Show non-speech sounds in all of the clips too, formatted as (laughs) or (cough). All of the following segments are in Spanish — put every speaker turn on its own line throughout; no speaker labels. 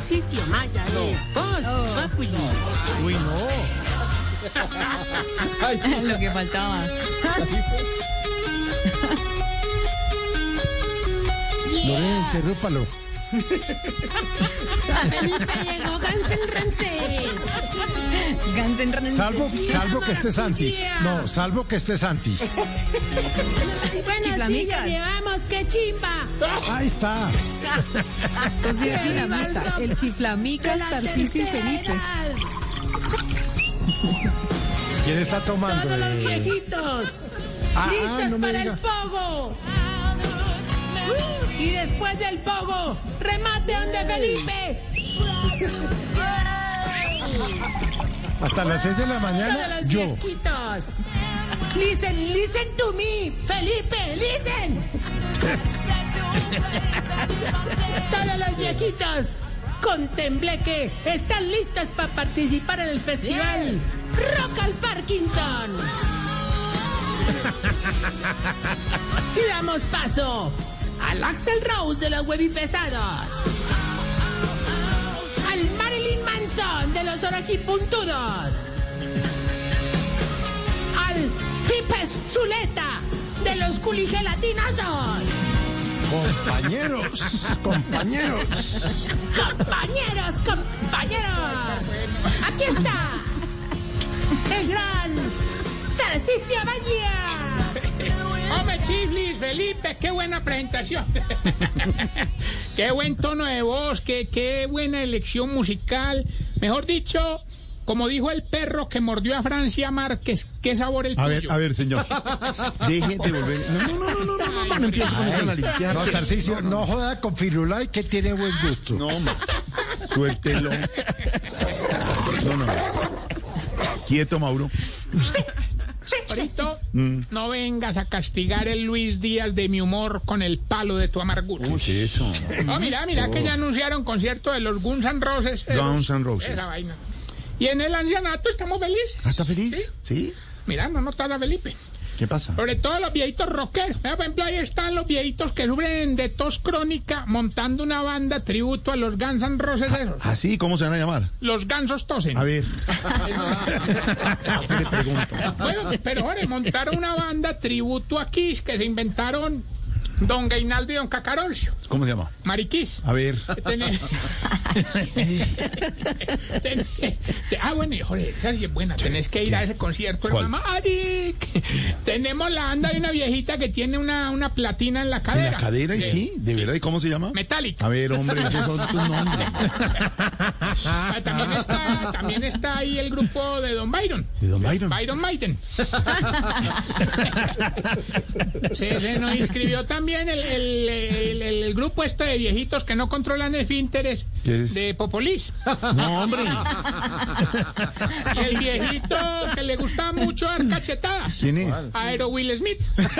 ejercicio maya es Vox Populi.
Uy, no. Ay, sí.
(laughs) Lo que faltaba.
Lorena, interrúpalo.
Felipe llegó Guns N' Roses.
Guns N' Roses.
Salvo, salvo que esté Santi. No, salvo que esté Santi.
Ay, Bueno, sí,
Chiflamicas.
ya llevamos, qué chimba.
Ahí está.
Esto sí es
Que viva
dinamita.
el
El
De
chiflamicas,
la
Tarcisio y
tercera
Felipe.
edad,
¿Quién está tomando?
Todos los
eh?
viejitos.
Ah,
listos
no me
para
diga.
el pogo. Y después del pogo, remate donde Felipe.
Hasta las 6 de la
Todos
mañana,
los
yo.
viejitos. Listen, listen to me, Felipe,
(laughs)
listen. Todos los viejitos, contemplé que están listos para participar en el festival Rock al
(laughs)
Parkinson. Y damos paso al Axel Rose de los Webby Pesados. Al Marilyn Manson de los Orajipuntudos. Al Pipes Zuleta de los Culigelatinosos.
Compañeros, compañeros.
Compañeros, compañeros. Aquí está el gran Tarcisio Bahía.
Hombre, Chiflis, Felipe, qué buena
(laughs)
presentación. qué buen tono de voz, qué, qué buena elección musical. Mejor dicho, como dijo el perro que mordió a Francia Márquez, qué sabor el
A
tuyo.
ver, a ver, (laughs) señor. Deje de volver. No, no, no, no, no, no, no, no empiece con ese análisis. Ya,
No,
che.
Tarcicio, no joda con Firulay que tiene buen gusto.
No, más. Suéltelo. No, no. Quieto, Mauro.
Ahorita,
Mm.
no vengas a castigar el Luis Díaz de mi humor con el palo de tu amargura.
eso?
Oh, mira, mira que ya anunciaron concierto de los Guns N' Roses. eh,
Guns N' Roses.
Esa vaina. Y en el ancianato estamos felices.
¿Ah, ¿Está feliz? ¿Sí?
Mira, no notar a Felipe.
¿Qué pasa?
Sobre todo los viejitos rockeros. Vea, por ejemplo, ahí están los viejitos que sufren de tos crónica montando una banda tributo a los Guns N' Roses esos.
¿Así? Ah, ¿Cómo se van a llamar?
Los gansos tosen.
A ver.
(laughs)
¿Qué le pregunto?
Bueno, pero ahora montaron una banda tributo a Kiss que se inventaron Don Gainaldo y Don Cacaroncio.
¿Cómo se llama?
Mariquís.
A ver. (laughs)
Tené- Tené- te- Ah, bueno, y Jorge, esa sí es buena. Tenés que ir a ese concierto,
¿Cuál?
hermano. Maric. Tenemos la anda de una viejita que tiene una, una platina en la cadera.
¿En la cadera y sí? ¿De verdad? ¿Y cómo se llama?
Metallica.
A ver, hombre, esos son tus nombres.
Ah, También está, también está ahí el grupo de Don Byron.
¿De Don Byron?
Byron Maiden. (laughs) se, se nos inscribió también el, el- el- el- el grupo este de viejitos que no controlan el finteres
¿Qué es?
de Popolis.
No, hombre.
Y el viejito que le gusta mucho dar cachetadas.
¿Quién es?
Aero Will Smith.
(laughs)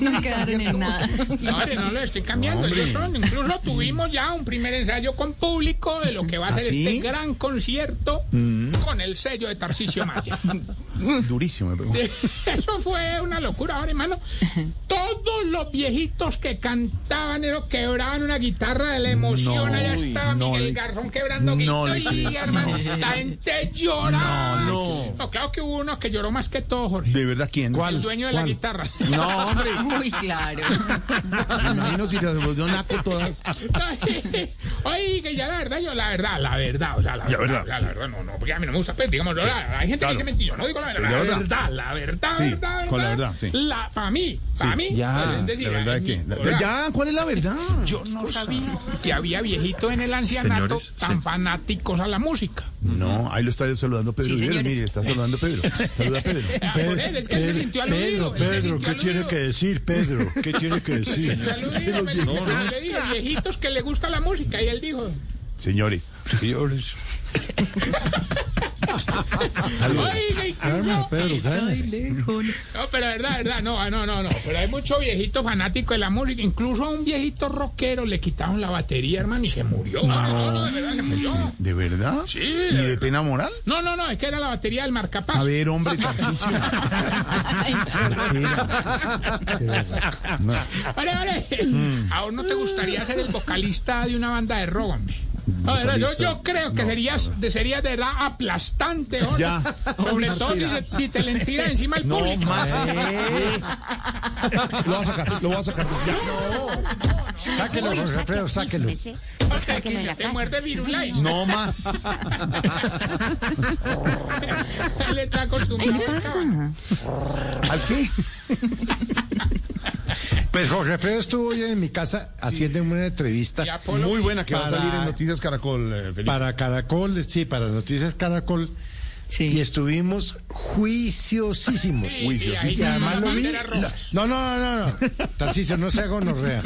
No quedaron en nada.
No, hombre, no lo estoy cambiando.
Hombre.
ellos son. incluso tuvimos ya un primer ensayo con público de lo que va a
¿Ah,
ser
sí? Mm.
este gran concierto con el sello de Tarcisio
(laughs)
Maya.
Durísimo. me pregunto.
Eso fue una locura, ahora, hermano. Todos los viejitos que cantaban, eso, quebraban una guitarra de la emoción.
No,
Allá estaba
no
Miguel
le-
Garzón quebrando
no
guitarra,
le creo,
hermano. La gente lloraba.
No, no.
claro que hubo uno que lloró más que todo, Jorge.
¿De verdad quién?
El dueño de la
¿Cuál?
guitarra.
No, hombre.
Muy claro.
Me imagino si las volvió naco todas.
(laughs) Oye, que ya la verdad, yo la verdad, la verdad, o sea, la,
La
verdad,
verdad.
o sea, la verdad, no, no, porque a mí no me gusta, pero digamos, la- hay gente
claro.
que dice mentira, yo no digo la verdad,
La
la
verdad.
verdad, la verdad,
Sí,
verdad,
con la verdad, sí.
La, para mí, para mí, pues,
Ya,
es decir,
la verdad
es
es que.
mi-
la-
o sea,
ya, ¿cuál es la verdad?
yo no sabía que había viejitos en el ancianato
Señores,
tan
sí.
fanáticos a la música.
No, ahí lo está saludando Pedro
Sí,
Viveros,
señores.
Mire, está saludando Pedro. Saluda a Pedro.
Ah, por él, es que él se sintió aludido,
Pedro,
él se
Pedro,
sintió
¿qué tiene
aludido.
que decir, Pedro? ¿Qué tiene que decir?
Yo aludido, me- Le dije, viejitos que le gusta la música, y él dijo,
Señores. Señores.
Oiga, y
Calma, Pedro, calma.
lejos.
No, pero verdad, verdad, no, ah, no, no, no. Pero hay muchos viejitos fanáticos de la música. Incluso a un viejito rockero le quitaron la batería, hermano, y se murió. No, no, no, de verdad se murió.
¿De verdad?
Sí, de
¿Y de
verdad.
pena moral?
No, no, no, es que era la batería del marcapaz.
A ver,
(laughs)
hombre, Tarcisio. No.
Vale, vale. ¿A vos no te gustaría ser el vocalista de una banda de rock, hombre? A ver, yo, yo creo que serías, de- serías de verdad aplastante, hombre.
Ya.
Sobre todo si, se- si te le tiran encima al
No
público.
más. Lo voy a sacar, lo voy a sacar. Ya.
Sáquelo, Jorge Alfredo, sáquelo.
O sea,
Sáquenlo de la
te
casa.
muerde virulais.
No más.
(laughs) Él está acostumbrado a
¿Al qué?
Pues Jorge Alfredo estuvo hoy en mi casa haciendo una entrevista
Y Apolo-
Muy buena que va a
Para-
salir en Noticias Caracol, eh, Felipe.
para Caracol, sí, para Noticias Caracol. Y
Sí.
estuvimos juiciosísimos.
Sí, Juiciosísimos. y ahí
Y además
con
lo vi.
banderas rojas.
No, no, no, no. no. Tarcisio, no se haga gonorrea.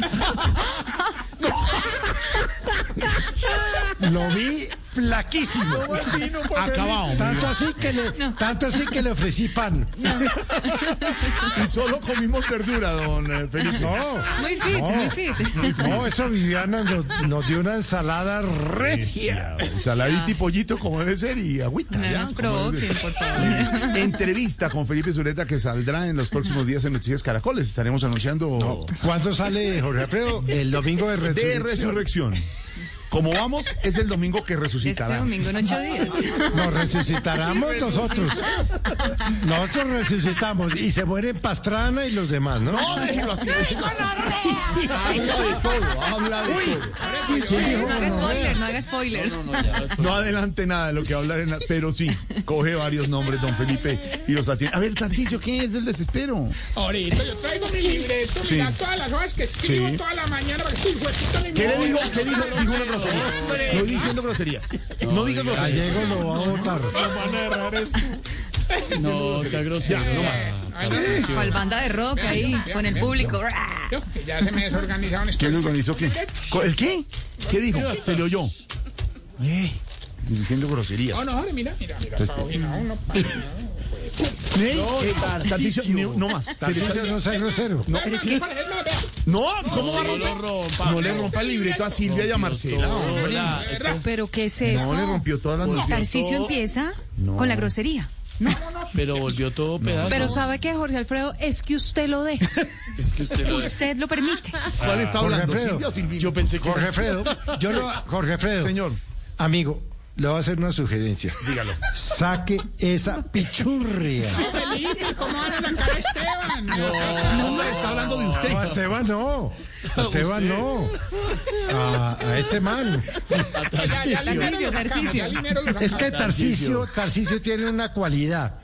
Lo vi flaquísimo. Acabado. Tanto así que le, tanto así que le ofrecí pan.
Y solo comimos verdura, don eh, Felipe.
No.
Muy fit,
No.
muy fit.
No, eso Viviana nos, nos dio una ensalada regia.
Ya, Ensaladita y pollito como debe ser y agüita.
No
ya,
nos
como debe
provoquen,
ser.
por favor.
(laughs) Entrevista con Felipe Zuleta que saldrá en los próximos días en Noticias Caracoles. Estaremos anunciando
¿Cuándo sale Jorge Alfredo? El domingo de
de
resurrección.
resurrección. Como vamos, es el domingo que
Este
resucitará.
domingo en ocho días.
Nos resucitaremos nosotros. Nosotros resucitamos y se mueren Pastrana y los demás, ¿no?
No, déjelo así.
Este
Habla de todo, habla de todo.
No haga spoiler, no haga spoiler.
No adelante nada de lo que habla, de na- pero sí, coge varios nombres, don Felipe, y los atiende. A ver, Tarcillo, ¿qué es el desespero?
Ahorita yo traigo mi libreto,
Sí.
mira todas las hojas que escribo
Sí.
toda la mañana. para que estos huequitos ni
¿Qué le
me
dijo?
oigan.
¿Qué dijo? Dijo una grosería. No diciendo groserías. No digas groserías.
Gallego lo va a votar.
No, sea grosero.
no más.
Ay, no.
Cual banda de rock ahí, con el público.
Yo, que ya se me desorganizaron estos-
¿Quién organizó qué? Co- ¿El qué? ¿Qué dijo? Se le oyó. Eh, diciendo groserías.
No, no, ahora mira, mira, mira,
Pues
pa' hojinar uno, pa'
Eh, eh, Tarcisio, ni- no más.
Tarcisio, no sea grosero.
No, no, no, por ejemplo, vea,
No, ¿cómo va a
No lo
romper?
rompa.
No le rompa el libreto a Silvia y a Marcela. hombre.
Hola.
¿verdad?
Pero ¿qué es
No le
eso?
rompió todas las
Volvió.
noticias.
Tarcicio empieza con la grosería.
Pero volvió todo pedazo.
Pero sabe que Jorge Alfredo es que usted lo deja,
es que usted lo
usted lo permite.
¿Cuál está
Jorge
hablando?
Alfredo.
¿Silvia o Silvina?
Yo pensé que
Jorge Alfredo, yo lo, Jorge Alfredo.
Señor.
Amigo, le voy a hacer una sugerencia.
Dígalo.
Saque esa pichurria.
Felipe, ¿cómo hace la cara Esteban?
No, está hablando de usted.
No, a Esteban
(laughs)
no. A Esteban no. A, a este man.
Ya, ya, ya,
Tarcisio,
dinero lo sacamos,
Tarcisio.
ya, dinero lo
Es
sacamos.
que Tarcisio, Tarcisio tiene una cualidad.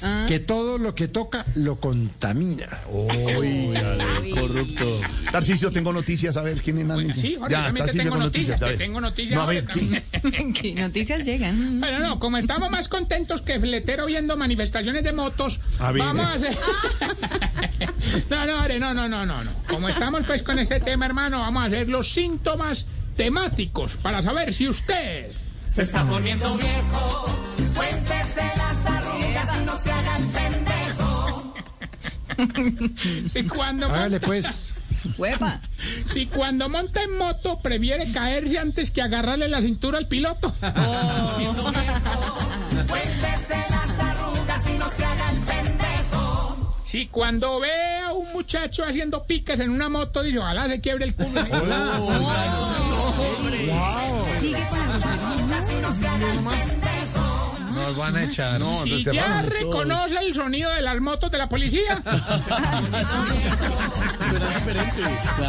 Ah.
Que todo lo que toca lo contamina.
corrupto.
Tarcisio, tengo noticias. A ver, ¿quién es más?
Sí, Jorge,
Ya,
también te
Tarcisio
tengo
con noticias.
noticias, te
a ver.
tengo noticias.
No, a ver,
ahora
¿quién?
también.
¿Qué noticias llegan?
Bueno, no, como estamos más contentos que Fletero viendo manifestaciones de motos,
A ver.
vamos a hacer... (laughs) no, no, hombre, no, no, no, no, no. Como estamos pues con ese tema, hermano, vamos a hacer los síntomas temáticos para saber si usted...
Se está poniendo viejo, cuéntese las arrugas y no se haga el pendejo.
Si cuando,
(laughs)
Hágale pues.
¡Huepa!
si cuando monta en moto prefiere caerse antes que agarrarle la cintura al piloto.
Cuéntese las arrugas y no se haga el pendejo.
Si cuando ve a un muchacho haciendo piques en una moto, dice, ojalá se quiebre el culo.
Sigue con la grosería.
Nos van a echar. No,
Si ya reconoce el sonido de las motos de la policía.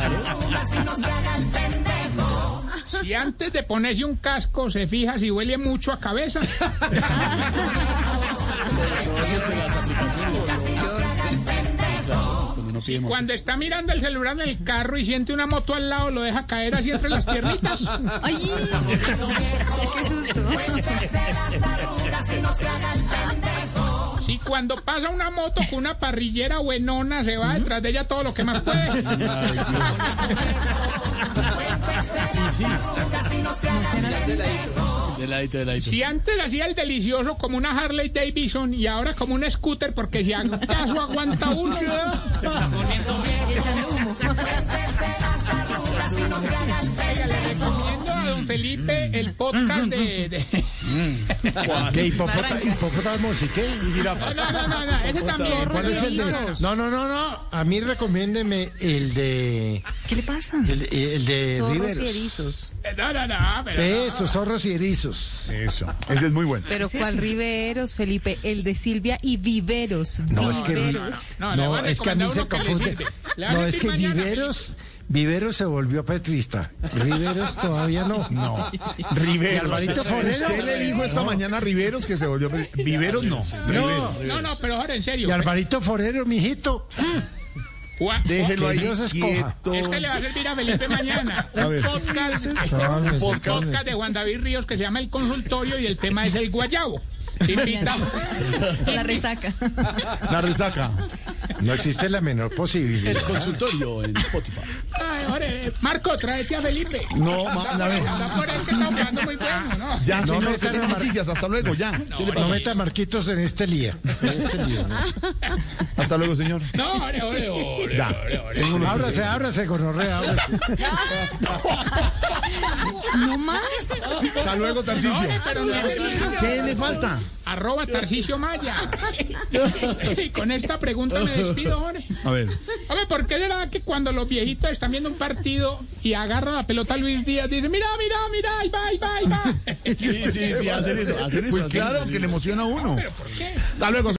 Arrugas y no se haga el pendejo.
Si antes de ponerse un casco se fija si huele mucho a cabeza. Si cuando está mirando el celular en el carro y siente una moto al lado, lo deja caer así entre las
(laughs)
piernitas.
¡Ay!
(laughs)
¡Qué susto!
Arrugas y no se haga el pendejo.
Si cuando pasa una moto con una parrillera buenona, se va detrás de ella todo lo que más puede.
Cuéntese las arrugas y no se haga el pendejo.
De ladito, de ladito.
Si antes hacía el delicioso como una Harley Davidson y ahora como un scooter porque si acaso aguanta uno.
Echando humo.
Oiga, le recomiendo a don Felipe el podcast de... de-
¿Qué hipopótamo? ¿Hipopótamo? ¿Sí qué? Y
No,
jirafas.
no, no, no, no, ese también.
Mm, ¿Cuál es el de- No, no, no, no. A mí recomiéndeme el de.
¿Qué le pasa?
El, el de
Zorros y
Riveros.
erizos.
No, no, no, pero... no.
Eso, zorros y erizos.
Eso. Ese es muy bueno.
Pero ¿cuál Riveros, Felipe? El de Silvia y Viveros.
No, es que.
Viveros.
No,
No,
le voy a
es que a mí se
recomendar uno que le
confunde.
sirve. Le voy a
No, es
decir
que
mañana,
Viveros. Viveros se volvió petrista. Riveros todavía
(laughs)
no. No. ¿Y
Riveros.
Alvarito Forero?
Usted le dijo esta
No.
mañana a Riveros que se volvió. Viveros no. Riveros.
No, no, pero ahora en serio.
Y Alvarito Forero,
(laughs)
mijito.
Juan-
Déjelo
Que
ahí.
Dios escoja.
quieto.
Este le va a servir a
(laughs)
Felipe mañana.
A
Un
ver.
podcast,
Cálmese,
un podcast
cálmese.
de Juan David Ríos que se llama El Consultorio y el tema es el
(laughs)
guayabo. Invita-
La resaca.
La resaca.
No existe la menor posibilidad. (laughs)
El consultorio en Spotify.
Ay, ore, Marco, tráete a Felipe.
No, ma- a ver.
Está por eso que está jugando muy bueno, ¿no?
Ya,
No
señor,
me
que tengo
carga.
noticias. Hasta luego, ya. ¿Qué le
No
pasa?
meta a Marquitos en este lío. En este lío, ¿no?
Hasta luego, señor.
No, ore, ore, ore,
Ya.
ore, ore.
Tengo noticias.
Ábrase, ábrase, gonorrea, ábrase.
No más.
Hasta luego, Tarcicio.
Ore, pero no es el-
¿Qué le falta?
Arroba Tarcicio Maya.
(laughs)
(laughs) Y con esta pregunta me despido, Ore.
A ver.
Hombre, ¿por qué era que cuando los viejitos están viendo un partido y agarran la pelota Luis Díaz, dicen, mira, mira, mira, ahí va, ahí va, ahí va?
Sí, sí, sí, hacer eso. Pues claro, que le emociona a uno.
¿Por qué?
Hasta luego,